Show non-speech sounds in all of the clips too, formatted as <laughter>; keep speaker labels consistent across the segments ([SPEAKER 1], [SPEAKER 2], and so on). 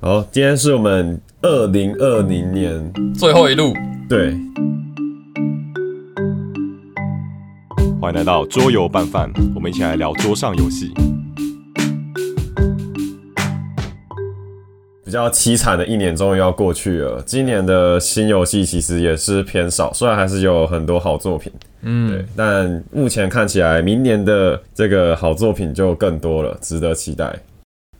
[SPEAKER 1] 好，今天是我们二零二零年，
[SPEAKER 2] 最后一路，
[SPEAKER 1] 对，
[SPEAKER 3] 欢迎来到桌游拌饭，我们一起来聊桌上游戏。
[SPEAKER 1] 比较凄惨的一年终于要过去了。今年的新游戏其实也是偏少，虽然还是有很多好作品，对
[SPEAKER 2] 嗯，，
[SPEAKER 1] 但目前看起来明年的这个好作品就更多了，值得期待。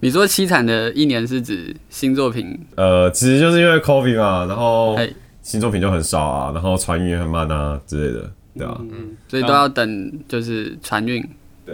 [SPEAKER 4] 你说凄惨的一年是指新作品？
[SPEAKER 1] 呃，其实就是因为 COVID 嘛，然后
[SPEAKER 4] 哎
[SPEAKER 1] 新作品就很少啊，然后传运也很慢啊之类的，对啊。
[SPEAKER 4] 嗯，所以都要等就是船运。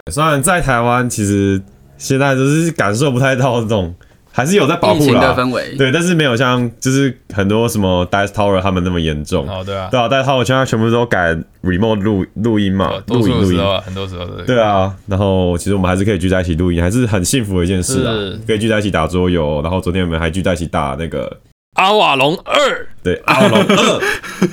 [SPEAKER 1] 虽然在台湾，其实现在就是感受不太到这种，还是有在保
[SPEAKER 4] 疫
[SPEAKER 1] 护
[SPEAKER 4] 情的
[SPEAKER 1] 啦。
[SPEAKER 4] 氛围，
[SPEAKER 1] 对，但是没有像就是很多什么 Dice Tower 他们那么严重。
[SPEAKER 2] 哦，对啊，
[SPEAKER 1] 对啊，Dice Tower 现在全部都改 remote 录录音嘛
[SPEAKER 4] 哦
[SPEAKER 2] 呃，多
[SPEAKER 1] 录音
[SPEAKER 2] 数
[SPEAKER 1] 录
[SPEAKER 2] 时
[SPEAKER 1] 音
[SPEAKER 2] 候。啊，很多时候都是
[SPEAKER 1] 对啊，然后其实我们还是可以聚在一起录音，还是很幸福的一件事啊
[SPEAKER 2] 是。
[SPEAKER 1] 可以聚在一起打桌游，然后昨天我们还聚在一起打那个
[SPEAKER 2] 阿瓦隆二
[SPEAKER 1] 对阿龙二，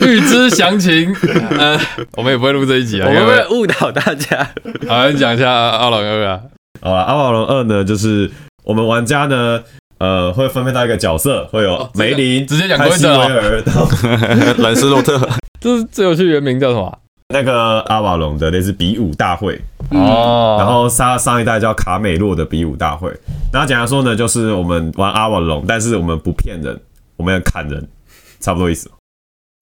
[SPEAKER 2] 预知详情，呃，我们也不会录这一集
[SPEAKER 4] 我
[SPEAKER 2] 啊，
[SPEAKER 4] 们
[SPEAKER 2] 因
[SPEAKER 4] 会
[SPEAKER 2] 为
[SPEAKER 4] 不会误导大家？
[SPEAKER 2] 好像讲一下阿瓦隆二啊，
[SPEAKER 1] 好了，阿瓦隆二呢，就是我们玩家呢，呃，会分配到一个角色，会有
[SPEAKER 2] 哦直接
[SPEAKER 1] 梅林、
[SPEAKER 2] 直接讲
[SPEAKER 1] 开
[SPEAKER 2] 规
[SPEAKER 1] 西
[SPEAKER 2] 则
[SPEAKER 1] 维
[SPEAKER 2] 哦，
[SPEAKER 1] 尔到
[SPEAKER 3] <laughs> 兰斯洛特，
[SPEAKER 2] 这是最有趣的原名叫什么啊？
[SPEAKER 1] <laughs> 那个阿瓦隆的类似比武大会，
[SPEAKER 4] 嗯 <laughs>
[SPEAKER 2] 哦，
[SPEAKER 1] 然后上上一代叫卡美洛的比武大会。那简单说呢，就是我们玩阿瓦隆，但是我们不骗人，我们要砍人，差不多意思。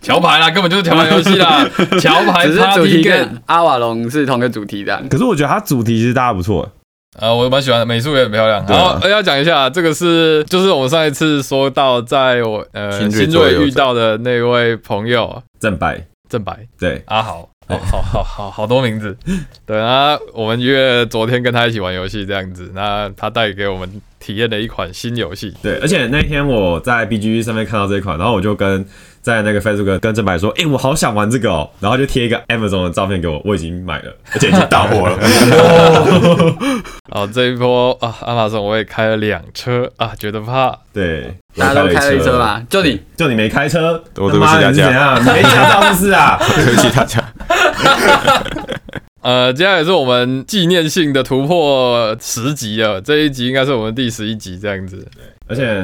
[SPEAKER 2] 桥牌啦，根本就是桥牌游戏啦，桥牌
[SPEAKER 4] 只是主
[SPEAKER 2] party
[SPEAKER 4] 题
[SPEAKER 2] game。
[SPEAKER 4] 跟阿瓦隆是同个主题的啊。
[SPEAKER 1] 可是我觉得它主题其实搭的不错，
[SPEAKER 2] 啊，我蛮喜欢的，美术也很漂亮。
[SPEAKER 1] 对啊
[SPEAKER 2] 然后呃要讲一下，这个是就是我们上一次说到，在我呃
[SPEAKER 3] 新锐
[SPEAKER 2] 新
[SPEAKER 3] 左右
[SPEAKER 2] 锐遇到的那位朋友
[SPEAKER 1] 正白
[SPEAKER 2] 郑白
[SPEAKER 1] 对，
[SPEAKER 2] 阿豪，哦，好好好好多名字。 <laughs> 对啊，那我们约昨天跟他一起玩游戏这样子，那他带给我们体验了一款新游戏。
[SPEAKER 1] 对，而且那天我在 B G 上面看到这一款，然后我就跟在那个 Facebook 跟郑白说，诶，我好想玩这个哦，然后就贴一个 Amazon 的照片给我，我已经买了，而且已经到货了。
[SPEAKER 2] 哦，这一波啊，阿玛总我也开了两车啊，觉得怕。
[SPEAKER 1] <laughs> 对，
[SPEAKER 4] 大家都开了一
[SPEAKER 1] 吧？
[SPEAKER 4] 车吧，就你，
[SPEAKER 1] 就你没开车，
[SPEAKER 3] 我
[SPEAKER 1] 他
[SPEAKER 3] 对不起
[SPEAKER 1] 妈
[SPEAKER 3] 大
[SPEAKER 1] 你是怎
[SPEAKER 3] 家
[SPEAKER 1] 样？没驾照就是啊。
[SPEAKER 3] 对不起大家。
[SPEAKER 2] 呃，接下来也是我们纪念性的突破十集了，这一集应该是我们第十一集这样子。
[SPEAKER 1] 而且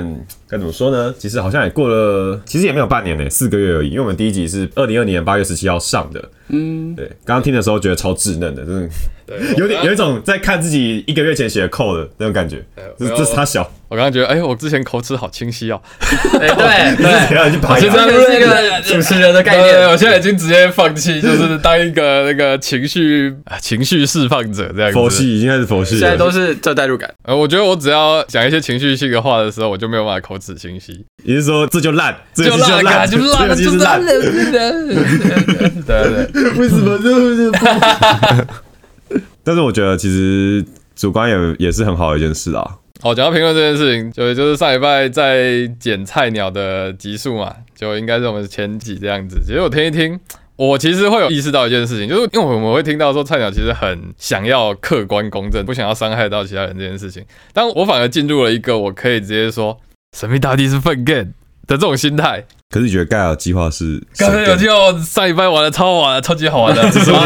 [SPEAKER 1] 该怎么说呢？其实好像也过了，其实也没有半年呢，四个月而已。因为我们第一集是二零二零年八月十七号上的，
[SPEAKER 4] 嗯，
[SPEAKER 1] 对，刚刚听的时候觉得超稚嫩的，真的
[SPEAKER 2] 对，
[SPEAKER 1] 有点有一种在看自己一个月前写的扣的那种感觉。这这是他小，
[SPEAKER 2] 我刚刚觉得，哎、我之前口齿好清晰哦。
[SPEAKER 4] 哎
[SPEAKER 1] <laughs>
[SPEAKER 4] 对
[SPEAKER 1] 这是
[SPEAKER 4] 对，
[SPEAKER 1] 要去爬
[SPEAKER 2] 我现在
[SPEAKER 1] 牙。
[SPEAKER 4] 这是一个主持人的概
[SPEAKER 2] 对，
[SPEAKER 4] 念。
[SPEAKER 2] 我现在已经直接放弃，就是当一个那个情绪啊情绪释放者这样
[SPEAKER 1] 佛
[SPEAKER 2] 子。
[SPEAKER 1] 系已经开始佛系
[SPEAKER 4] 现在
[SPEAKER 1] 了，
[SPEAKER 4] 都是这代入感，
[SPEAKER 2] 呃，我觉得我只要讲一些情绪性的话的时候，我就没有办法口齿清晰，
[SPEAKER 1] 也就是说这就烂，这个
[SPEAKER 2] 烂了，
[SPEAKER 1] 烂，
[SPEAKER 2] 就
[SPEAKER 1] 这
[SPEAKER 2] 烂
[SPEAKER 1] 个
[SPEAKER 2] 了，
[SPEAKER 1] 就
[SPEAKER 2] 就是
[SPEAKER 1] 烂。
[SPEAKER 2] 烂了， <laughs> 对对 <laughs> 对，
[SPEAKER 1] 为什么这么？ <laughs> 但是我觉得其实主观也也是很好的一件事啊。
[SPEAKER 2] 哦，讲到评论这件事情，就就是上礼拜在剪菜鸟的集数嘛，就应该是我们前几这样子。其实我听一听，我其实会有意识到一件事情，就是因为我们会听到说菜鸟其实很想要客观公正，不想要伤害到其他人这件事情。但我反而进入了一个我可以直接说《神秘大帝》是粪 g a 的这种心态。
[SPEAKER 1] 可是你觉得盖尔计划是？
[SPEAKER 2] 刚才有听到我上礼拜玩的超好玩的，超级好玩 <laughs> 的，什么？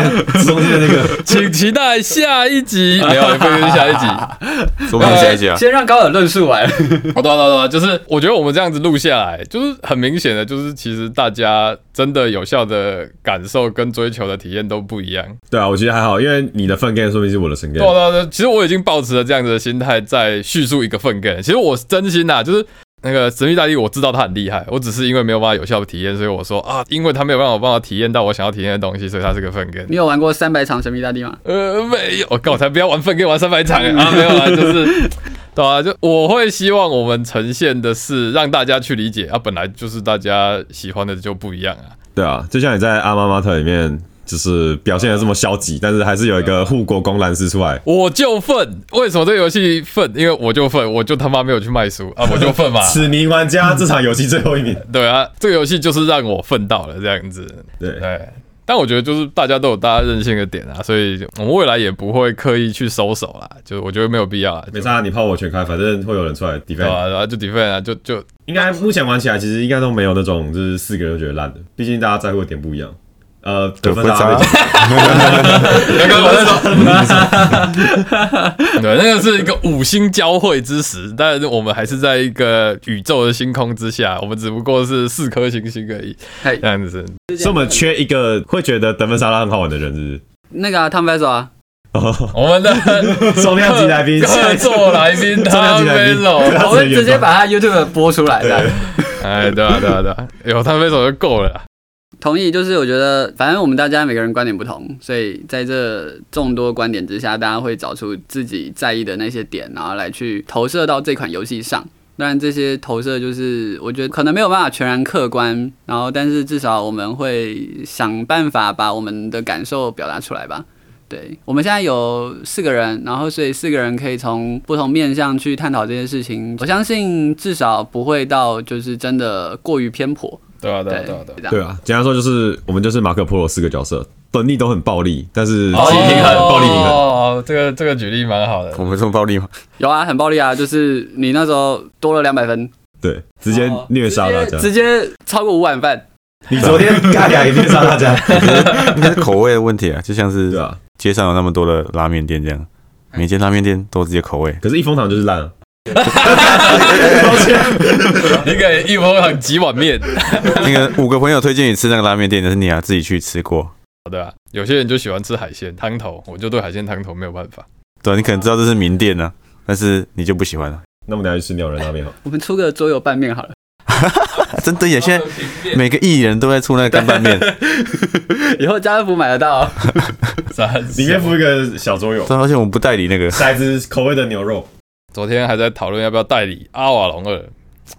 [SPEAKER 1] 中间的那
[SPEAKER 2] <laughs>
[SPEAKER 1] 个，
[SPEAKER 2] 请期待下一集，没有，不一定是下一集。 <laughs>
[SPEAKER 3] 说不定下一集啊，
[SPEAKER 4] 先让高尔论述完。
[SPEAKER 2] 好对啊对啊对啊，就是我觉得我们这样子录下来，就是很明显的，就是其实大家真的有效的感受跟追求的体验都不一样。
[SPEAKER 1] 对啊，我觉得还好，因为你的粪 game 说明是我的神
[SPEAKER 2] 对啊
[SPEAKER 1] game。
[SPEAKER 2] 对啊对啊，其实我已经抱持了这样子的心态在叙述一个粪梗。其实我是真心呐、啊就是。那个神秘大帝，我知道他很厉害，我只是因为没有办法有效的体验，所以我说啊，因为他没有办法帮我体验到我想要体验的东西，所以他是个粪根。
[SPEAKER 4] 你有玩过三百场神秘大帝吗？
[SPEAKER 2] 呃，没有，我靠，才不要玩粪给玩三
[SPEAKER 1] <laughs>
[SPEAKER 2] 百场欸啊！没有啊，就是，对啊，就我会希望我们呈现的是让大家去理解啊，本来就是大家喜欢的就不一样啊。
[SPEAKER 1] 对啊，就像你在阿妈妈特里面，就是表现的这么消极，但是还是有一个护国公蓝斯出来，。
[SPEAKER 2] 我就愤，为什么这个游戏愤？因为我就愤，我就他妈没有去卖书啊，我就愤嘛
[SPEAKER 1] <laughs> 此名玩家这场游戏最后一名。
[SPEAKER 2] 对啊，这个游戏就是让我愤到了这样子。
[SPEAKER 1] 对，
[SPEAKER 2] 对，但我觉得就是大家都有大家任性的点啊，所以我们未来也不会刻意去收手啦，就是我觉得没有必要啊。
[SPEAKER 1] <laughs> 没差，你炮我全开，反正会有人出来
[SPEAKER 2] 对
[SPEAKER 1] defend。
[SPEAKER 2] 吧？然后就 defend 啊，就就
[SPEAKER 1] 应该目前玩起来，其实应该都没有那种就是四个人都觉得烂的，毕竟大家在乎的点不一样。呃，
[SPEAKER 3] 得
[SPEAKER 1] 得
[SPEAKER 3] 分
[SPEAKER 1] 分
[SPEAKER 3] 差
[SPEAKER 1] 啊，那种 <laughs>
[SPEAKER 2] 刚刚我在说，对，那个是一个五星交汇之时，但是我们还是在一个宇宙的星空之下，我们只不过是四颗星星而已，
[SPEAKER 4] 嘿
[SPEAKER 2] 这样子。
[SPEAKER 1] 所以我们缺一个会觉得得分沙拉很好玩的人，是不是？
[SPEAKER 4] 那个啊，Tom Vessel 啊，
[SPEAKER 1] <laughs> 哦，
[SPEAKER 2] 我们的
[SPEAKER 1] 重量级来 <laughs> 宾，
[SPEAKER 2] 客座来
[SPEAKER 1] <laughs>
[SPEAKER 2] 宾
[SPEAKER 1] 重量
[SPEAKER 2] 他
[SPEAKER 1] 级来
[SPEAKER 2] 飞
[SPEAKER 1] 宾
[SPEAKER 2] 走，
[SPEAKER 1] <laughs> 对他
[SPEAKER 4] 我会直接把他 YouTube 播出来的。
[SPEAKER 2] 哎，对啊，对啊，对啊，有他飞走就够了啦。
[SPEAKER 4] 同意，就是我觉得，反正我们大家每个人观点不同，所以在这众多观点之下，大家会找出自己在意的那些点，然后来去投射到这款游戏上。当然，这些投射就是我觉得可能没有办法全然客观，然后但是至少我们会想办法把我们的感受表达出来吧。对，我们现在有四个人，然后所以四个人可以从不同面向去探讨这件事情。我相信至少不会到就是真的过于偏颇。
[SPEAKER 2] 对啊，对啊
[SPEAKER 4] 对，
[SPEAKER 2] 对啊，对啊。
[SPEAKER 4] 这样
[SPEAKER 1] 对啊，简单说就是我们就是马可波罗四个角色，本力都很暴力，但是
[SPEAKER 2] 哦
[SPEAKER 1] 暴力平衡，暴力平衡。
[SPEAKER 2] 哦，这个这个举例蛮好的。
[SPEAKER 3] 我们这么暴力吗？
[SPEAKER 4] 有啊，很暴力啊，就是你那时候多了两百分，
[SPEAKER 1] 对，哦直接
[SPEAKER 4] 哦
[SPEAKER 1] 虐杀大家。
[SPEAKER 4] 直接超过五碗饭。
[SPEAKER 1] 你昨 <laughs> 天干俩也虐杀大家，
[SPEAKER 3] 应该是口味的问题啊，就像
[SPEAKER 1] 对
[SPEAKER 3] 是
[SPEAKER 1] 啊。
[SPEAKER 3] 街上有那么多的拉面店这样，每间拉面店都有自己的口味。
[SPEAKER 1] 可是，一风堂就是烂啊。
[SPEAKER 2] 你给一波很几碗面， <laughs>
[SPEAKER 3] 那个五个朋友推荐你吃那个拉面店，但是你还自己去吃过，
[SPEAKER 2] 对吧、有些人就喜欢吃海鲜汤头，我就对海鲜汤头没有办法。
[SPEAKER 3] 对啊，你可能知道这是名店呢、啊，但是你就不喜欢了。
[SPEAKER 1] 那我们等一下去吃鸟人拉面好了。
[SPEAKER 4] 我们出个桌游拌面好了，
[SPEAKER 3] 真的耶，现在每个艺人都在出那个干拌面，对
[SPEAKER 4] 以后家乐福买得到哦。
[SPEAKER 2] 三
[SPEAKER 1] 里面附一个小桌游，
[SPEAKER 3] 啊，而且我们不代理那个，
[SPEAKER 1] 塞子口味的牛肉。 <laughs>
[SPEAKER 2] 昨天还在讨论要不要代理阿瓦隆二，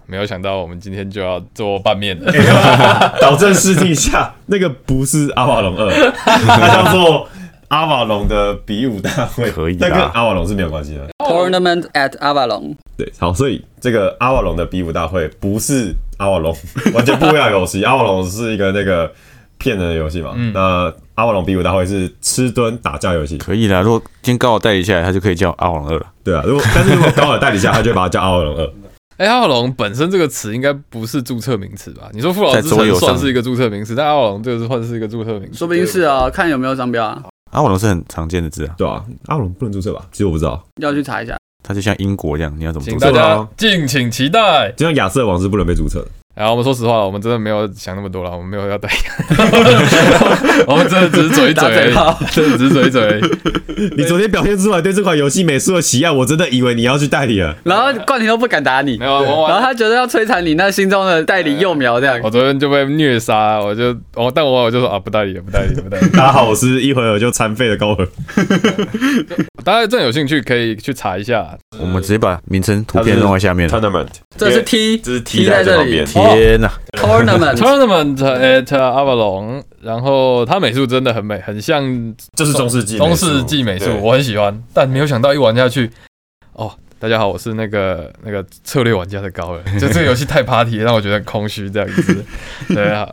[SPEAKER 2] 没有想到我们今天就要做拌面了。 <laughs>
[SPEAKER 1] 导正视听一下，那个不是阿瓦隆二，它叫做阿瓦隆的比武大会，
[SPEAKER 3] 可以啦啊
[SPEAKER 1] 但跟阿瓦隆是没有关系的。
[SPEAKER 4] Tournament at Avalon，
[SPEAKER 1] 对，好，所以这个阿瓦隆的比武大会不是阿瓦隆， <laughs> 完全不一样的游
[SPEAKER 2] <laughs>
[SPEAKER 1] 戏。阿瓦隆是一个那个骗人的游戏嘛，
[SPEAKER 2] 嗯
[SPEAKER 1] 那阿瓦隆比武大会是吃蹲打架游戏。
[SPEAKER 3] 可以啦。如果今天刚好代理下来，他就可以叫阿王二了。
[SPEAKER 1] 对啊，如
[SPEAKER 2] <laughs>
[SPEAKER 1] 果但是如果高尔代理下，他就会把它叫阿瓦隆二。
[SPEAKER 2] 哎、阿瓦隆本身这个词应该不是注册名词吧？你说富老之
[SPEAKER 3] 在桌游
[SPEAKER 2] 城
[SPEAKER 3] 上
[SPEAKER 2] 算是一个注册名词，但阿瓦隆这个是算是一个注册名词，
[SPEAKER 4] 说不定是哦，看有没有商标啊，
[SPEAKER 3] 阿瓦隆是很常见的字啊，
[SPEAKER 1] 对啊，阿瓦隆不能注册吧？其实我不知道，
[SPEAKER 4] 要去查一下。
[SPEAKER 3] 它就像英国这样，你要怎么
[SPEAKER 2] 对不对。请
[SPEAKER 3] 读？
[SPEAKER 1] 注
[SPEAKER 2] 大
[SPEAKER 1] 册
[SPEAKER 4] 啊
[SPEAKER 2] 家
[SPEAKER 1] 咯
[SPEAKER 2] 敬请期待。
[SPEAKER 1] 就像亚瑟王是不能被注册
[SPEAKER 2] <laughs>
[SPEAKER 1] 的。
[SPEAKER 2] 然后我们说实话，我们真的没有想那么多了，我们没有要
[SPEAKER 4] <laughs>
[SPEAKER 2] 代理，我们真的只是嘴一嘴
[SPEAKER 4] 打
[SPEAKER 2] 而
[SPEAKER 4] 嘴
[SPEAKER 2] 已，
[SPEAKER 4] 炮，
[SPEAKER 2] 真的只是嘴一嘴
[SPEAKER 4] <laughs>
[SPEAKER 2] 而已。
[SPEAKER 1] 你昨天表现出来对这款游戏美术的喜爱，我真的以为你要去代理
[SPEAKER 2] <laughs>
[SPEAKER 1] 了。
[SPEAKER 4] 然后冠廷都不敢打你，
[SPEAKER 2] 没
[SPEAKER 4] 然
[SPEAKER 2] 有，我
[SPEAKER 4] 后
[SPEAKER 2] 玩，
[SPEAKER 4] 他觉得要摧残你那心中的代理幼苗这样
[SPEAKER 2] 我。昨天就被虐杀，我就我、但我我就说啊，不代理了，不代理了，不代理了。
[SPEAKER 1] 大家好，我是一会儿就残废的高
[SPEAKER 2] <laughs>
[SPEAKER 1] 尔。
[SPEAKER 2] 大家真的有兴趣可以去查一下。
[SPEAKER 3] 我们直接把名称图片弄在下面。
[SPEAKER 1] Tournament，
[SPEAKER 4] 这是 T，
[SPEAKER 1] 这是
[SPEAKER 4] T 在这里
[SPEAKER 3] 天哪、
[SPEAKER 2] <laughs>
[SPEAKER 4] Tournament。
[SPEAKER 2] Tournament at 呃 Avalon，然后它美术真的很美，很像
[SPEAKER 1] 这是中世纪
[SPEAKER 2] 中世纪美术，我很喜欢。但没有想到一玩下去，哦，大家好，我是那个那个策略玩家的高人，就这个游戏太 party，了让我觉得很空虚这样子。对啊，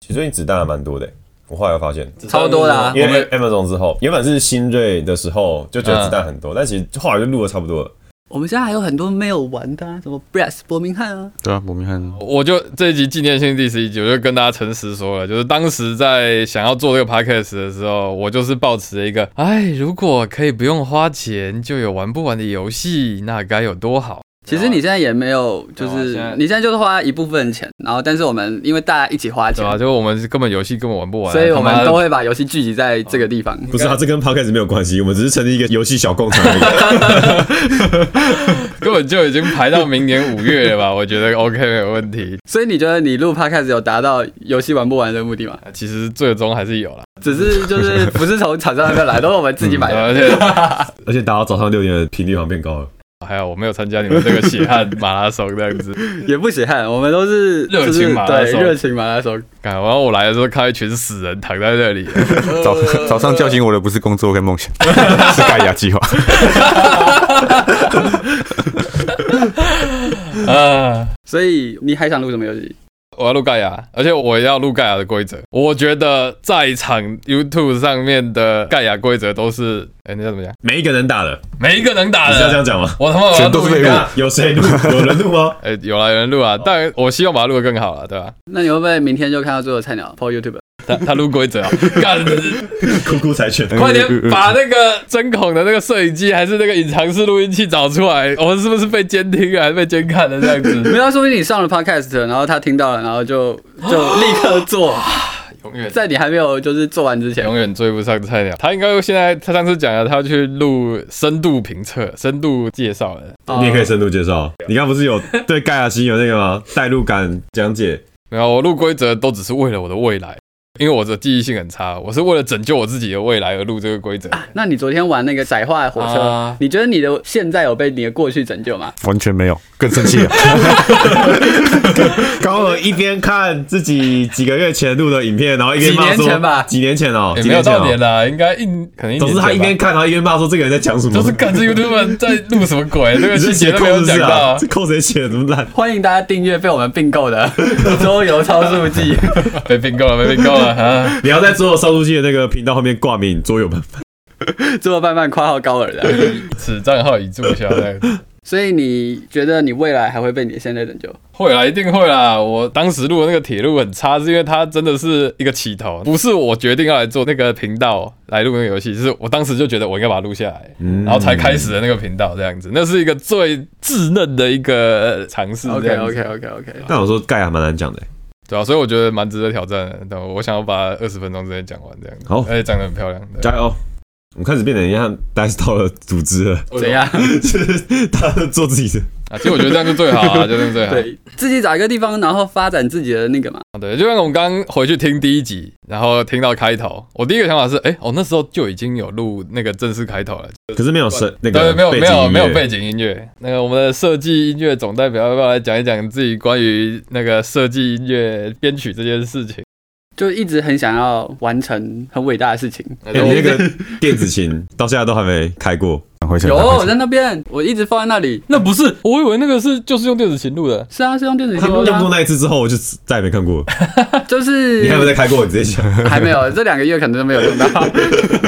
[SPEAKER 1] 其实最近子弹还蛮多的、我后来有发现，
[SPEAKER 4] 超多的啊
[SPEAKER 1] 因
[SPEAKER 4] 我们
[SPEAKER 1] 为 Amazon 之后，原本是新锐的时候就觉
[SPEAKER 2] 嗯
[SPEAKER 1] 得子弹很多，但其实后来就录的差不多了。
[SPEAKER 4] 我们现在还有很多没有玩的啊，什么 Brass 伯明翰啊，
[SPEAKER 3] 对啊，伯明翰
[SPEAKER 2] 我就这一集纪念性第十一集，我就跟大家诚实说了，就是当时在想要做这个 podcast 的时候，我就是抱持一个，哎，如果可以不用花钱就有玩不完的游戏，那该有多好。
[SPEAKER 4] 其实你现在也没有，就是
[SPEAKER 2] 对啊现在
[SPEAKER 4] 你现在就是花一部分钱，然后但是我们因为大家一起花
[SPEAKER 2] 对啊
[SPEAKER 4] 钱
[SPEAKER 2] 吧、，就我们根本游戏根本玩不完啊、
[SPEAKER 4] 所以我
[SPEAKER 2] 他妈哦
[SPEAKER 4] 们都会把游戏聚集在这个地方。
[SPEAKER 1] 不是啊，这跟 Podcast 没有关系，我们只是成立一个游戏小工厂而
[SPEAKER 2] <laughs>
[SPEAKER 1] 已。
[SPEAKER 2] 根本就已经排到明年五月了吧？ <laughs> 我觉得 OK 没有问题。
[SPEAKER 4] 所以你觉得你录 podcast 有达到游戏玩不完的目的吗？
[SPEAKER 2] 啊其实最终还是有啦，<laughs>
[SPEAKER 4] 只是就是不是从厂商那边来，都是我们自己买的。
[SPEAKER 2] 而且
[SPEAKER 1] 而且打到早上六点的频率好像变高了。
[SPEAKER 2] 还好我没有参加你们这个血汗马拉松这样子。 <laughs>
[SPEAKER 4] 也不血汗，我们都是
[SPEAKER 2] 热情马
[SPEAKER 4] 就
[SPEAKER 2] 拉
[SPEAKER 4] 是
[SPEAKER 2] 松
[SPEAKER 4] 对热情马拉松。
[SPEAKER 2] 看，然后我来的时候看到一群死人躺在那里， <laughs>
[SPEAKER 4] 呃
[SPEAKER 3] 早
[SPEAKER 5] <laughs>
[SPEAKER 3] 早上叫醒我的不是工作跟梦
[SPEAKER 4] <laughs>
[SPEAKER 3] 想，是盖亚计划。
[SPEAKER 2] 啊。
[SPEAKER 4] 所以你还想录什么游戏？
[SPEAKER 2] 我要录盖亚，而且我要录盖亚的规则。我觉得在场 YouTube 上面的盖亚规则都是，哎、那叫怎么讲？
[SPEAKER 1] 每一个人打的，
[SPEAKER 2] 每一个能打
[SPEAKER 1] 你是要这样
[SPEAKER 2] 的，啊
[SPEAKER 1] 讲
[SPEAKER 2] <laughs>
[SPEAKER 1] 吗？
[SPEAKER 2] 我他妈我要
[SPEAKER 3] 全都是
[SPEAKER 2] 录一
[SPEAKER 3] 废物
[SPEAKER 2] 个。
[SPEAKER 1] 那有谁录？有人录
[SPEAKER 2] <laughs>
[SPEAKER 1] 吗？
[SPEAKER 2] 哎、有啦，有人录啊，但我希望把它录得更好了，对吧？
[SPEAKER 3] <laughs>
[SPEAKER 4] 那你会不会明天就看到最后菜鸟 po YouTube？
[SPEAKER 2] 他他撸规则
[SPEAKER 3] <laughs>
[SPEAKER 2] 啊，干，
[SPEAKER 1] 哭哭柴犬，
[SPEAKER 2] 快点把那个针孔的那个摄影机还是那个隐藏式录音器找出来，我们是不是被监听啊，还是被监看的这样子？
[SPEAKER 4] 没有，说不定你上了 podcast，然后他听到了，然
[SPEAKER 2] <gasps>
[SPEAKER 4] 后就就立刻做，
[SPEAKER 2] 永远
[SPEAKER 4] 在你还没有就是做完之前，
[SPEAKER 2] 永远追不上菜鸟。他应该现在，他上次讲了，他去录深度评测、深度介绍了。
[SPEAKER 1] <laughs> 你也可以深度介绍。啊你刚不是有对盖亚西有那个吗？代入感讲解，
[SPEAKER 2] 没有，我录规则都只是为了我的未来，因为我的记忆性很差，我是为了拯救我自己的未来而录这个规则。
[SPEAKER 4] 哦那你昨天玩那个窄化的火车，
[SPEAKER 2] 啊
[SPEAKER 4] 你觉得你的现在有被你的过去拯救吗？
[SPEAKER 5] 完全没有，更生
[SPEAKER 4] <laughs>
[SPEAKER 5] 气了。
[SPEAKER 1] 高尔一边看自己几个月前录的影片，然后一边骂
[SPEAKER 4] 几
[SPEAKER 1] 说
[SPEAKER 4] 年前吧
[SPEAKER 1] 几年前哦，
[SPEAKER 2] 也
[SPEAKER 1] 几
[SPEAKER 2] 哎没有
[SPEAKER 1] 年前
[SPEAKER 2] 到年
[SPEAKER 1] 哦。
[SPEAKER 2] 啦，应该一可能一年前吧。
[SPEAKER 1] 总之他一边看，然后一边骂说这个人在讲什么。
[SPEAKER 2] 就是干这 YouTube 在录什么鬼，这个
[SPEAKER 1] 你
[SPEAKER 2] 细
[SPEAKER 1] 是
[SPEAKER 2] 节
[SPEAKER 1] 写
[SPEAKER 2] 都
[SPEAKER 1] 扣
[SPEAKER 2] 没有
[SPEAKER 1] 是不
[SPEAKER 2] 讲
[SPEAKER 1] 是
[SPEAKER 2] 到
[SPEAKER 1] 啊
[SPEAKER 2] 啊，
[SPEAKER 1] 这。扣谁写的这么烂？
[SPEAKER 4] 欢迎大家订阅被我们并购的周游超速记。
[SPEAKER 2] 被并购了，被并购了 <laughs> 啊！
[SPEAKER 1] 你要在所有烧书记的那个频道后面挂名桌游版本。
[SPEAKER 4] 做半半括号高尔的。
[SPEAKER 2] 此账号已注销这样子。
[SPEAKER 4] 所以你觉得你未来还会被你现在拯救？
[SPEAKER 2] 会啦，一定会啦！我当时录的那个铁路很差，是因为它真的是一个起头，不是我决定要来做那个频道来录那个游戏，是我当时就觉得我应该把它录下来，
[SPEAKER 1] 嗯
[SPEAKER 2] 然后才开始的那个频道这样子。那是一个最稚嫩的一个呃尝试
[SPEAKER 4] OK
[SPEAKER 2] 这样子
[SPEAKER 4] OK OK OK，
[SPEAKER 1] 但我说盖亚蛮难讲的，欸
[SPEAKER 2] 对啊，所以我觉得蛮值得挑战的。但我想要把二十分钟之内讲完这样子，
[SPEAKER 1] 好
[SPEAKER 2] 而且讲得很漂亮。对啊
[SPEAKER 1] 加油！我们开始变得像 Dice 到了组织了，
[SPEAKER 4] 怎样？
[SPEAKER 1] 就是他做自己的。
[SPEAKER 2] 哎啊，其实我觉得这样就最好
[SPEAKER 1] <laughs>
[SPEAKER 2] 啊，就这样最好。啊
[SPEAKER 4] 对自己找一个地方，然后发展自己的那个嘛。
[SPEAKER 2] 对，就像我们刚回去听第一集，然后听到开头，我第一个想法是，哎、我、那时候就已经有录那个正式开头了，
[SPEAKER 1] 可是没有声，那
[SPEAKER 2] 对，
[SPEAKER 1] 个
[SPEAKER 2] 没有
[SPEAKER 1] 背
[SPEAKER 2] 没
[SPEAKER 1] 景
[SPEAKER 2] 有
[SPEAKER 1] 音
[SPEAKER 2] 没有
[SPEAKER 1] 乐
[SPEAKER 2] 背景音乐。那个我们的设计音乐总代表要不要来讲一讲自己关于那个设计音乐编曲这件事情？
[SPEAKER 4] 就一直很想要完成很伟大的事情，
[SPEAKER 1] 哎你那个电子琴到现在都还没开过，
[SPEAKER 5] 赶回去，
[SPEAKER 3] 啊
[SPEAKER 4] 有
[SPEAKER 5] 赶回
[SPEAKER 4] 我
[SPEAKER 5] 去
[SPEAKER 4] 在那边，我一直放在那里。
[SPEAKER 2] 那不是，我以为那个是就是用电子琴录的。
[SPEAKER 4] 是啊，是用电子
[SPEAKER 1] 他
[SPEAKER 4] 琴的
[SPEAKER 1] 用过
[SPEAKER 4] 啊，
[SPEAKER 1] 那一次之后，我就再也没看过了。
[SPEAKER 4] 就
[SPEAKER 1] 你还没有
[SPEAKER 4] 是
[SPEAKER 1] 在开过，你直接讲。 <laughs>
[SPEAKER 4] 还没有，这两个月可能都没有用到。
[SPEAKER 2] 然后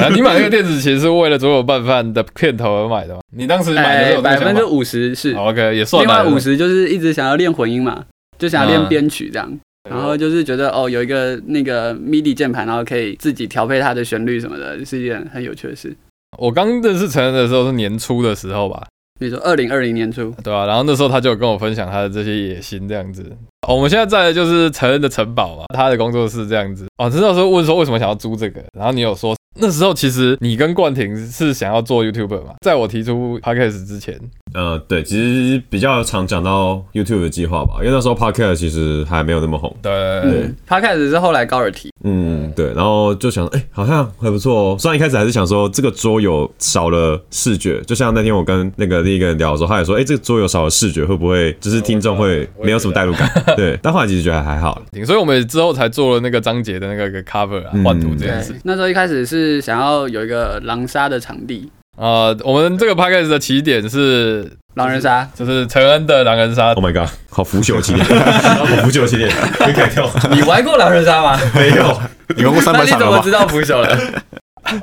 [SPEAKER 2] 啊你买那个电子琴是为了左有拌饭的片头而买的吗？你当时买的时
[SPEAKER 4] 哎，
[SPEAKER 2] 候
[SPEAKER 4] 百分之五十是，
[SPEAKER 2] 哦，OK 也算
[SPEAKER 4] 另外
[SPEAKER 2] 了
[SPEAKER 4] 五十就是一直想要练混音嘛，就想要练编曲这样。
[SPEAKER 2] 哎
[SPEAKER 4] 然后就是觉得哦，有一个那个 MIDI 键盘，然后可以自己调配它的旋律什么的，是一件很有趣的事。
[SPEAKER 2] 我刚认识陈恩的时候是年初的时候吧，
[SPEAKER 4] 比如说二零二零年初，
[SPEAKER 2] 对啊，然后那时候他就有跟我分享他的这些野心，这样子。哦我们现在在的就是成人的城堡嘛，他的工作室这样子。哦，那时候问说为什么想要租这个，然后你有说那时候其实你跟冠廷是想要做 YouTuber 嘛，在我提出 Podcast 之前，
[SPEAKER 1] 呃，对，其实比较常讲到 YouTube 的计划吧，因为那时候 Podcast 其实还没有那么红。
[SPEAKER 2] 对
[SPEAKER 4] 嗯 p o d c a s 是后来高尔提，
[SPEAKER 1] 嗯，对，然后就想，哎、好像还不错哦。虽然一开始还是想说这个桌游少了视觉，就像那天我跟那个另一个人聊的时候，他也说，哎、这个桌游少了视觉会不会就是听众会没有什么代入感？对，但后来其实觉得还好。
[SPEAKER 2] 所以我们之后才做了那个张杰的那个个 cover 啊，
[SPEAKER 1] 嗯
[SPEAKER 2] 换图这
[SPEAKER 4] 对
[SPEAKER 2] 件事。，
[SPEAKER 4] 那时候一开始是想要有一个狼杀的场地，
[SPEAKER 2] 啊、我们这个 Podcast 的起点是
[SPEAKER 4] 狼人杀，
[SPEAKER 2] 就是陈恩的狼人杀
[SPEAKER 1] Oh my god，好腐朽的起点，好腐朽的起点，可以改掉。
[SPEAKER 4] <laughs> <laughs> 你玩过狼人杀吗？
[SPEAKER 1] 没有，
[SPEAKER 5] 你玩过 <laughs> 三
[SPEAKER 4] 那
[SPEAKER 5] 百
[SPEAKER 4] 你
[SPEAKER 5] 场
[SPEAKER 4] 怎
[SPEAKER 5] 了
[SPEAKER 4] 么
[SPEAKER 5] 吧
[SPEAKER 4] 知？道腐朽了？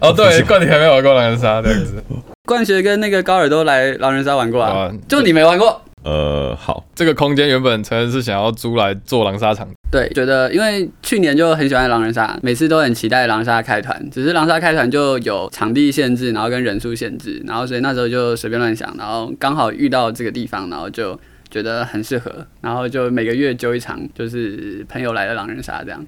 [SPEAKER 2] 哦，对，冠廷还没玩过狼人杀这样子，
[SPEAKER 4] <laughs> 冠学跟那个高尔都来狼人杀玩过
[SPEAKER 2] 好
[SPEAKER 4] 啊，
[SPEAKER 2] 吧？
[SPEAKER 4] 就你没玩过。
[SPEAKER 1] 呃，好，
[SPEAKER 2] 这个空间原本陈恩是想要租来做狼杀场。
[SPEAKER 4] 对，觉得因为去年就很喜欢狼人杀，每次都很期待狼人杀开团，只是狼人杀开团就有场地限制，然后跟人数限制，然后所以那时候就随便乱想，然后刚好遇到这个地方，然后就觉得很适合，然后就每个月揪一场，就是朋友来的狼人杀这样。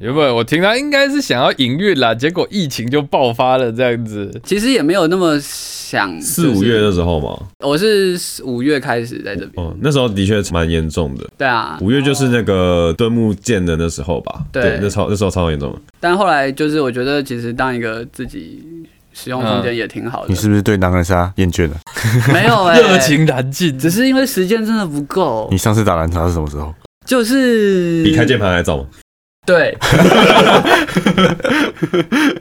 [SPEAKER 2] 原本我听他应该是想要隐喻啦，结果疫情就爆发了，这样子。
[SPEAKER 4] 其实也没有那么想，
[SPEAKER 1] 四五
[SPEAKER 4] 就是
[SPEAKER 1] 月那时候嘛，
[SPEAKER 4] 我是五月开始在这边，
[SPEAKER 1] 嗯，那时候的确蛮严重的。
[SPEAKER 4] 对啊，
[SPEAKER 1] 五月就是那个敦木建的那时候吧，
[SPEAKER 4] 对
[SPEAKER 1] 那超那时候超严重的。
[SPEAKER 4] 但后来就是我觉得其实当一个自己使用空间也挺好的，
[SPEAKER 5] 你是不是对狼人杀厌倦了？
[SPEAKER 4] 没有 <laughs> 哎、
[SPEAKER 2] 热情燃尽，
[SPEAKER 4] 只是因为时间真的不够
[SPEAKER 5] 你，上次打狼人杀是什么时候？
[SPEAKER 4] 就是
[SPEAKER 1] 比开键盘还早吗？
[SPEAKER 4] 对， <laughs>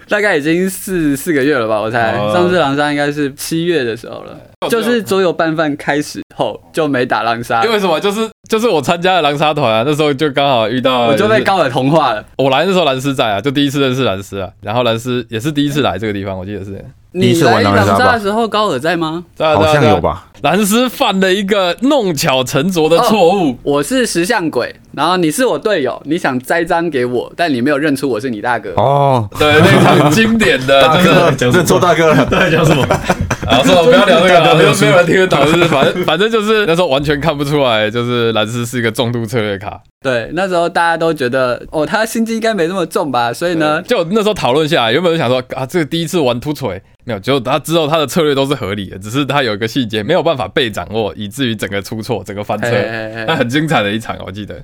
[SPEAKER 4] 大概已经四四个月了吧，我猜。
[SPEAKER 2] 哦
[SPEAKER 4] 上次狼杀应该是七月的时候了，就是桌游拌饭开始后就没打狼杀
[SPEAKER 2] 啊因，为什么？就是就是我参加了狼杀团啊，那时候就刚好遇到，
[SPEAKER 4] 我就被高尔同化了。
[SPEAKER 2] 就是我来那时候蓝斯在啊，就第一次认识蓝斯啊，然后蓝斯也是第一次来这个地方，我记得是。啊
[SPEAKER 5] 第一
[SPEAKER 4] 你
[SPEAKER 5] 次
[SPEAKER 4] 来
[SPEAKER 5] 玩狼人
[SPEAKER 4] 狼
[SPEAKER 5] 杀吧
[SPEAKER 4] 杀的时候，高尔在吗？
[SPEAKER 2] 对啊
[SPEAKER 5] 好像有？
[SPEAKER 2] 对啊对啊
[SPEAKER 5] 吧？
[SPEAKER 4] 哦
[SPEAKER 2] 蓝斯犯了一个弄巧成拙的错误，
[SPEAKER 4] 我是石像鬼，然后你是我队友，你想栽赃给我，但你没有认出我是你大哥。
[SPEAKER 5] 哦，
[SPEAKER 2] 对，那场经典的，就是
[SPEAKER 1] 讲什
[SPEAKER 5] 认
[SPEAKER 1] 么
[SPEAKER 5] 错大哥
[SPEAKER 4] <laughs>
[SPEAKER 5] 了，
[SPEAKER 1] <laughs> 到底讲什么？
[SPEAKER 2] 啊，算了，不要聊这个了，
[SPEAKER 1] 大家
[SPEAKER 2] 没
[SPEAKER 1] 没有
[SPEAKER 2] 有
[SPEAKER 1] 输
[SPEAKER 2] 没有人听得懂，就是反正反正就是那时候完全看不出来，就是蓝斯是一个重度策略卡。
[SPEAKER 4] 对，那时候大家都觉得哦，他心机应该没那么重吧，所以呢，
[SPEAKER 2] 就那时候讨论下来，原本就想说啊，这个第一次玩突锤没有，结果他知道他的策略都是合理的，只是他有一个细节没有办法被掌握，以至于整个出错，整个翻车
[SPEAKER 4] 嘿。嘿嘿
[SPEAKER 2] 那很精彩的一场，我记得。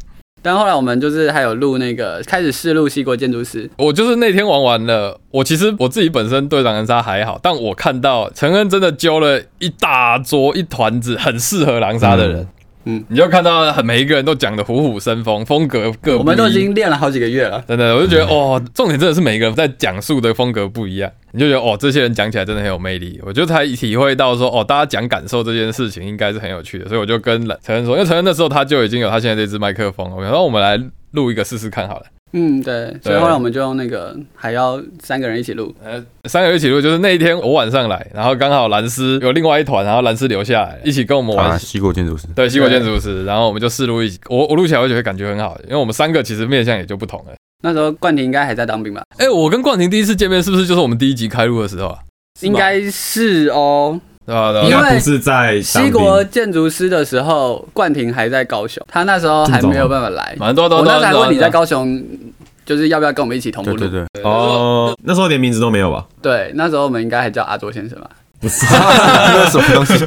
[SPEAKER 4] 但后来我们就是还有录那个开始试录西国建筑师，
[SPEAKER 2] 我就是那天玩完了，我其实我自己本身对狼人杀还好，但我看到陈恩真的揪了一大桌一团子很适合狼杀的人，
[SPEAKER 4] 嗯
[SPEAKER 2] 嗯，你就看到很每一个人都讲的虎虎生风，风格各不一。
[SPEAKER 4] 我们都已经练了好几个月了。
[SPEAKER 2] 真的，我就觉得哦，重点真的是每个人在讲述的风格不一样，你就觉得哦，这些人讲起来真的很有魅力。我就才体会到说哦，大家讲感受这件事情应该是很有趣的，所以我就跟陈恩说，因为陈恩那时候他就已经有他现在这支麦克风了，我想说我们来录一个试试看好了。
[SPEAKER 4] 嗯，对，所以后来我们就用那个还要三个人一起录，
[SPEAKER 2] 呃，三个一起录，就是那一天我晚上来，然后刚好蓝斯有另外一团，然后蓝斯留下来一起跟我们玩。
[SPEAKER 5] 啊，西国建筑师，
[SPEAKER 2] 对，西国建筑师，然后我们就试录一集，我我录起来我觉得感觉很好，因为我们三个其实面向也就不同了。
[SPEAKER 4] 那时候冠廷应该还在当兵吧？
[SPEAKER 2] 哎，我跟冠廷第一次见面是不是就是我们第一集开录的时候啊？
[SPEAKER 4] 应该是哦。
[SPEAKER 2] 对吧？对吧
[SPEAKER 1] 应
[SPEAKER 4] 因为
[SPEAKER 1] 该不是在当
[SPEAKER 4] 西
[SPEAKER 1] 兵
[SPEAKER 4] 国建筑师的时候，冠廷还在高雄，他那时候还没有办法来。
[SPEAKER 2] 蛮多都
[SPEAKER 4] 我
[SPEAKER 2] 都
[SPEAKER 4] 那时候还问你在
[SPEAKER 2] 高，
[SPEAKER 4] 高雄，就是要不要跟我们一起同步
[SPEAKER 5] 对
[SPEAKER 4] 录？
[SPEAKER 5] 对对，
[SPEAKER 1] 哦，那时候连名字都没有吧？
[SPEAKER 4] 对那时候我们应该还叫阿卓先生吧？
[SPEAKER 1] 不 <laughs> 是，
[SPEAKER 5] 那什么东西？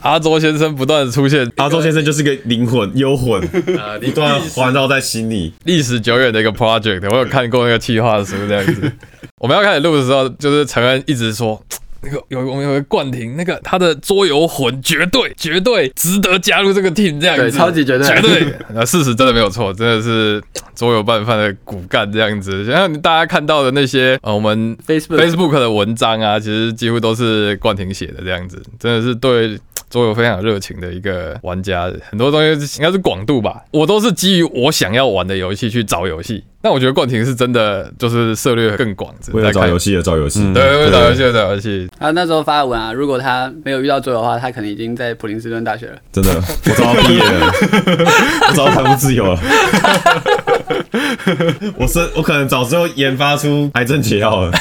[SPEAKER 2] 阿周先生不断的出现，
[SPEAKER 1] 阿周先生就是个灵魂幽魂，
[SPEAKER 2] 呃，
[SPEAKER 1] 不断环绕在心里。
[SPEAKER 2] 历史久远的一个
[SPEAKER 4] <laughs>
[SPEAKER 2] project，我有看过那个企划书这样子。我们要开始录的时候，就是陈恩一直说。那个有我们有一个冠廷，那个他的桌游魂绝对绝对值得加入这个 team 这样子，
[SPEAKER 4] 对超嗯级绝对
[SPEAKER 2] 绝对。那事实真的没有错，真的是桌游拌饭的骨干这样子。然后大家看到的那些呃，我们
[SPEAKER 4] <laughs> Facebook
[SPEAKER 2] Facebook 的文章啊，其实几乎都是冠廷写的这样子，真的是对桌游非常有热情的一个玩家。很多东西应该是广度吧，我都是基于我想要玩的游戏去找游戏。但我觉得冠廷是真的就是涉猎更广，只是
[SPEAKER 1] 为了
[SPEAKER 2] 在
[SPEAKER 1] 找
[SPEAKER 2] 看
[SPEAKER 1] 游，戏而找游戏，
[SPEAKER 2] 对，为了找游戏而找游戏。
[SPEAKER 4] 他那时候发文啊，如果他没有遇到桌游的话，他可能已经在普林斯顿大学了。
[SPEAKER 1] 真 <laughs> 的，我早要毕业 <laughs> 了，我早要财务自由了。 <laughs> 我是我可能早就研发出癌症解
[SPEAKER 2] <laughs>
[SPEAKER 1] 药了，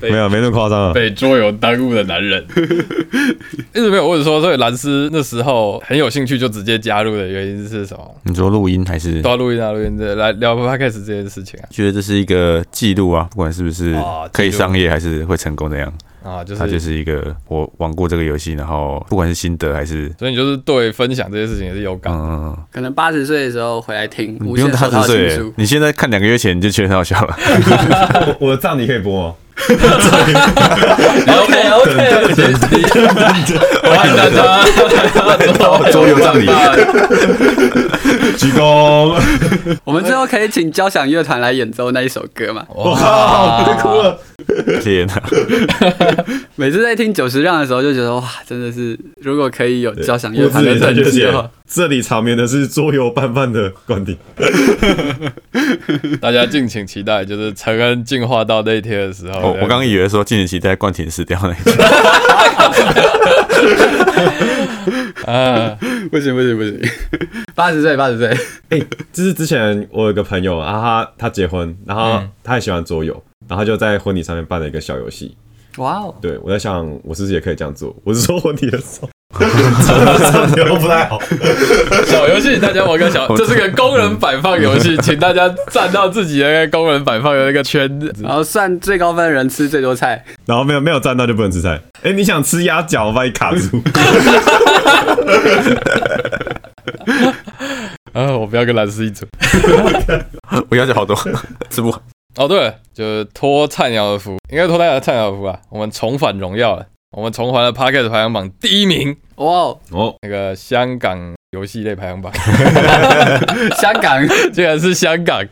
[SPEAKER 1] 没有没那么夸张啊。
[SPEAKER 2] 被桌游耽误的
[SPEAKER 1] <laughs>
[SPEAKER 2] 男人，一直没有问说，所以蓝斯那时候很有兴趣就直接加入的原因是什么？
[SPEAKER 5] 你
[SPEAKER 1] 嗯
[SPEAKER 5] 说录音还是
[SPEAKER 2] 都要录音啊，录音这来聊 podcast 这件事情啊。
[SPEAKER 5] 觉得这是一个记录啊？不管是不是
[SPEAKER 2] 哦
[SPEAKER 5] 可以
[SPEAKER 2] 记录
[SPEAKER 5] 商业，还是会成功怎样，
[SPEAKER 2] 啊，就是
[SPEAKER 5] 它就是一个我玩过这个游戏，然后不管是心得还是
[SPEAKER 2] 所以你就是对分享这些事情也是有感。
[SPEAKER 5] 嗯，
[SPEAKER 4] 可能八十岁的时候回来听，
[SPEAKER 5] 你
[SPEAKER 4] 无
[SPEAKER 5] 不用
[SPEAKER 4] 限
[SPEAKER 5] 他
[SPEAKER 4] 手
[SPEAKER 5] 十
[SPEAKER 4] 套情
[SPEAKER 5] 岁
[SPEAKER 4] 书，，
[SPEAKER 5] 你现在看两个月前你就觉得很好笑
[SPEAKER 4] <laughs>
[SPEAKER 5] 了。
[SPEAKER 1] 我我的葬礼可以播哦吗？啊
[SPEAKER 6] 啊
[SPEAKER 2] OK OK，欢迎大家
[SPEAKER 5] 周游葬礼
[SPEAKER 6] 啊
[SPEAKER 1] 鞠
[SPEAKER 2] <laughs>
[SPEAKER 1] 躬，
[SPEAKER 4] 我们最后可以请交响乐团来演奏那一首歌嘛？
[SPEAKER 1] 我靠，别哭了。
[SPEAKER 5] 天哪！
[SPEAKER 4] 每次在听九十让的时候，就觉得哇，真的是如果可以有交响乐
[SPEAKER 1] 我
[SPEAKER 4] 团
[SPEAKER 1] 自
[SPEAKER 4] 的
[SPEAKER 1] 己在
[SPEAKER 4] 等
[SPEAKER 1] 就
[SPEAKER 4] 级
[SPEAKER 1] 写
[SPEAKER 4] 的话，，
[SPEAKER 1] 这里长眠的是桌游拌饭的冠顶。
[SPEAKER 2] 大家敬请期待，就是陈恩进化到那一天的时候。
[SPEAKER 5] 哦我我刚刚以为说敬请期待冠廷死掉那一天，
[SPEAKER 2] 啊，
[SPEAKER 4] 不行不行不行， <laughs> 八十岁八十岁，
[SPEAKER 1] 哎、就是之前我有个朋友啊，他他结婚，然后
[SPEAKER 2] 嗯
[SPEAKER 1] 他也喜欢桌游，然后他就在婚礼上面办了一个小游戏。
[SPEAKER 4] 哇哦！
[SPEAKER 1] 对我在想，我是不是也可以这样做？我是说婚礼的时候， <laughs> 这样不太好。
[SPEAKER 2] 小游戏大家玩
[SPEAKER 5] <laughs>
[SPEAKER 2] 个小，这是个工人摆放游戏，请大家站到自己的那个工人摆放的那个圈子。
[SPEAKER 4] 然后算最高分的人吃最多菜，
[SPEAKER 1] 然后没有没有站到就不能吃菜。哎、你想吃鸭脚，我把你卡住。
[SPEAKER 2] 啊，我不要跟蓝斯一组。
[SPEAKER 5] 我要求好多，吃不完。
[SPEAKER 2] 哦，对了，就是托菜鸟的福，应该托菜鸟的菜鸟的福啊，我们重返荣耀了，我们重返了 p a c k e t 排行榜第一名，
[SPEAKER 4] 哇哦！
[SPEAKER 1] 哦，
[SPEAKER 2] 那个香港游戏类排行榜。 <laughs>
[SPEAKER 4] 香港
[SPEAKER 2] 竟然是香港，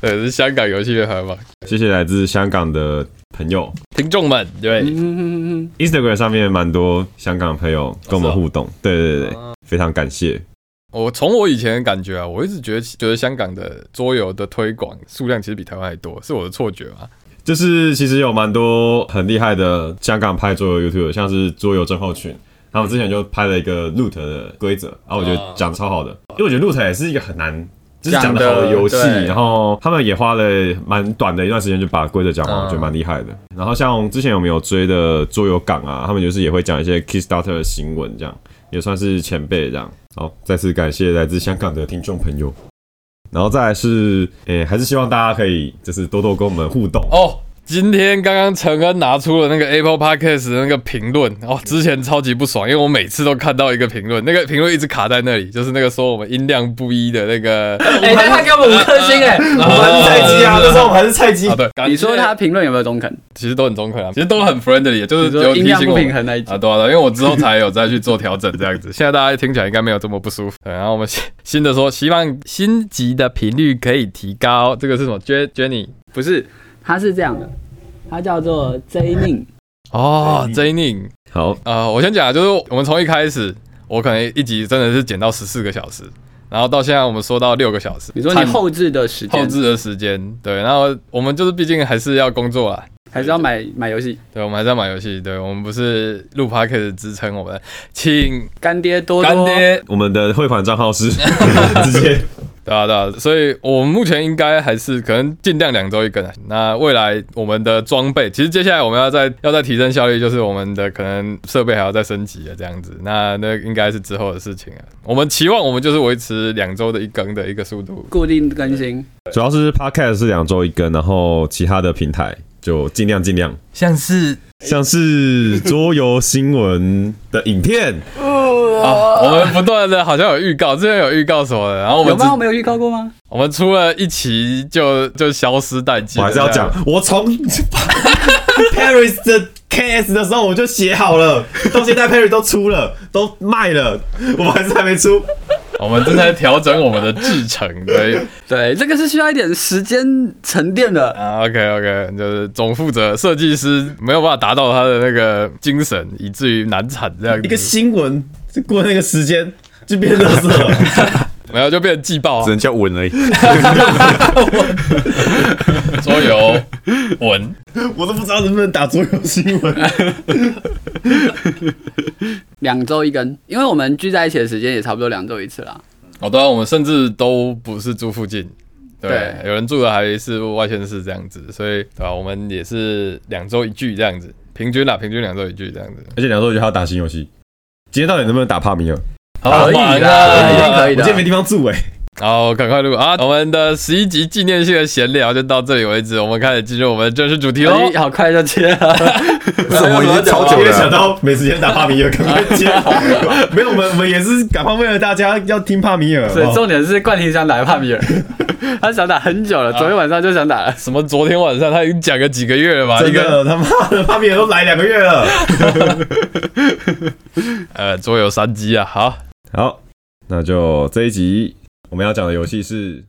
[SPEAKER 2] 对，是香港游戏的排行榜。
[SPEAKER 1] 谢谢来自香港的朋友
[SPEAKER 2] 听众们，
[SPEAKER 6] 哎
[SPEAKER 2] 对，
[SPEAKER 4] 嗯
[SPEAKER 1] ，Instagram 上面蛮多香港朋友跟我们互动。对对对对，非常感谢。
[SPEAKER 2] 我从我以前的感觉啊，我一直觉得觉得香港的桌游的推广数量其实比台湾还多，是我的错觉吗？
[SPEAKER 1] 就是其实有蛮多很厉害的香港派桌游 YouTube，像是桌游症候群，然后我之前就拍了一个 Root 的规则，然后我觉得讲得超好的，因为我觉得 Root 也是一个很难。就是讲得好的游戏
[SPEAKER 2] 讲得对，
[SPEAKER 1] 然后他们也花了蛮短的一段时间就把规则讲完，
[SPEAKER 2] 嗯
[SPEAKER 1] 我觉得蛮厉害的。然后像之前有没有追的桌游港啊，他们就是也会讲一些 Kickstarter 的新闻，这样也算是前辈这样。好，再次感谢来自香港的听众朋友。然后再来是，诶、还是希望大家可以就是多多跟我们互动。
[SPEAKER 2] 哦，今天刚刚陈恩拿出了那个 Apple Podcast 的那个评论哦，之前超级不爽，因为我每次都看到一个评论，那个评论一直卡在那里，就是那个说我们音量不一的那个啊
[SPEAKER 6] 哎，但他给我们五颗星哎，
[SPEAKER 1] 我们还是菜鸡啊，那时候我们还是菜鸡
[SPEAKER 2] 啊，
[SPEAKER 4] <laughs>
[SPEAKER 2] 对，感谢
[SPEAKER 4] 嗯你说他评论有没有中肯？
[SPEAKER 2] 其实都很中肯啊，其实都很 friendly，就是
[SPEAKER 4] 你说
[SPEAKER 2] 有提
[SPEAKER 4] 音量
[SPEAKER 2] 醒
[SPEAKER 4] 不
[SPEAKER 2] 我
[SPEAKER 4] 平衡那一集
[SPEAKER 2] 啊，对啊，对啊因为我之后才有再去做调整这样子， <laughs> 现在大家听起来应该没有这么不舒服。对，然后我们新新的说，希望新集的频率可以提高，这个是什么？Jen Jenny
[SPEAKER 4] 不是，他是这样的，他叫做 J 宁，
[SPEAKER 2] 哦，Jenny
[SPEAKER 1] 好，
[SPEAKER 2] 啊，我先讲啊，就是我们从一开始，我可能一集真的是剪到十四个小时，然后到现在我们说到六个小时，
[SPEAKER 4] 你说你
[SPEAKER 2] 差
[SPEAKER 4] 后置的时
[SPEAKER 2] 后
[SPEAKER 4] 间
[SPEAKER 2] 置的时间，对，然后我们就是毕竟还是要工作啦，啊
[SPEAKER 4] 还是要买买游戏，
[SPEAKER 2] 对，我们还在玩游戏，对我们不是录 p o d c a s 支撑我们，请
[SPEAKER 4] 干爹多多
[SPEAKER 2] 干爹，
[SPEAKER 1] 我们的汇款账号是 <laughs> 直接
[SPEAKER 2] 对啊对啊，所以我们目前应该还是可能尽量两周一根啊。那未来我们的装备，其实接下来我们要再要再提升效率，就是我们的可能设备还要再升级了这样子。那那应该是之后的事情啊。我们期望我们就是维持两周的一更的一个速度。
[SPEAKER 4] 固定更新，
[SPEAKER 1] <laughs> 主要是 Podcast 是两周一更，然后其他的平台就尽量尽量，
[SPEAKER 2] 像是
[SPEAKER 1] 像是桌游新闻的影片，
[SPEAKER 2] 啊，我们不断的好像有预告，之前有预告什么的，然后我
[SPEAKER 4] 有
[SPEAKER 2] 们只
[SPEAKER 4] 吗？我们有预告过吗？
[SPEAKER 2] 我们出了一期就就消失殆尽
[SPEAKER 1] 我还
[SPEAKER 2] 了，
[SPEAKER 1] 是要讲，我从 <laughs> Paris 的 KS 的时候我就写好 <laughs> 了，到现在 Paris 都出了，都卖了，我们还是还没出。
[SPEAKER 2] 我们正在调整我们的制程，对。
[SPEAKER 4] 对，这个是需要一点时间沉淀的。
[SPEAKER 2] 啊，OK OK，就是总负责设计师没有办法达到他的那个精神，以至于难产这样
[SPEAKER 1] 一个
[SPEAKER 2] 子，
[SPEAKER 1] 新闻是过那个时间就变垃圾 <laughs> 了，
[SPEAKER 2] 没有就变成季报、
[SPEAKER 5] 只
[SPEAKER 2] 啊、
[SPEAKER 5] 能叫稳而已。
[SPEAKER 2] 桌游文。
[SPEAKER 1] 我都不知道能不能打桌游新闻。
[SPEAKER 4] 两周一根，因为我们聚在一起的时间也差不多两周一次啦。
[SPEAKER 2] 哦，对啊，我们甚至都不是住附近，对，
[SPEAKER 4] 对
[SPEAKER 2] 有人住的还是外县市这样子，所以对吧、啊我们也是两周一聚这样子，平均啦，平均两周一聚这样子。
[SPEAKER 1] 而且两周我觉得还要打新游戏，今天到底能不能打帕米尔？
[SPEAKER 2] 好忙
[SPEAKER 4] 可以啦
[SPEAKER 2] 啊！
[SPEAKER 4] 可以
[SPEAKER 1] 我
[SPEAKER 4] 的
[SPEAKER 1] 今天没地方住哎、
[SPEAKER 2] 好，赶快录啊！我们的十一集纪念性的闲聊就到这里为止，我们开始进入我们的正式主题喽。哦
[SPEAKER 4] 哎好快就切 <laughs> 了，
[SPEAKER 5] 怎
[SPEAKER 1] 啊
[SPEAKER 5] 么已经超久
[SPEAKER 1] 因为想
[SPEAKER 5] 了？啊
[SPEAKER 1] 到没时间打帕米尔，赶快接。没有，我们我们也是赶快为了大家要听帕米尔。
[SPEAKER 4] 所以
[SPEAKER 1] 好不好
[SPEAKER 4] 重点是冠廷想打帕米尔， <laughs> 他想打很久了，昨天晚上就想打了。
[SPEAKER 2] 什么？昨天晚上他已经讲个几个月了吧？一
[SPEAKER 1] 真
[SPEAKER 2] 个
[SPEAKER 1] 的他妈的帕米尔都来两个月了。
[SPEAKER 2] 呃，桌游三机啊，好，
[SPEAKER 1] 好，那就这一集我们要讲的游戏是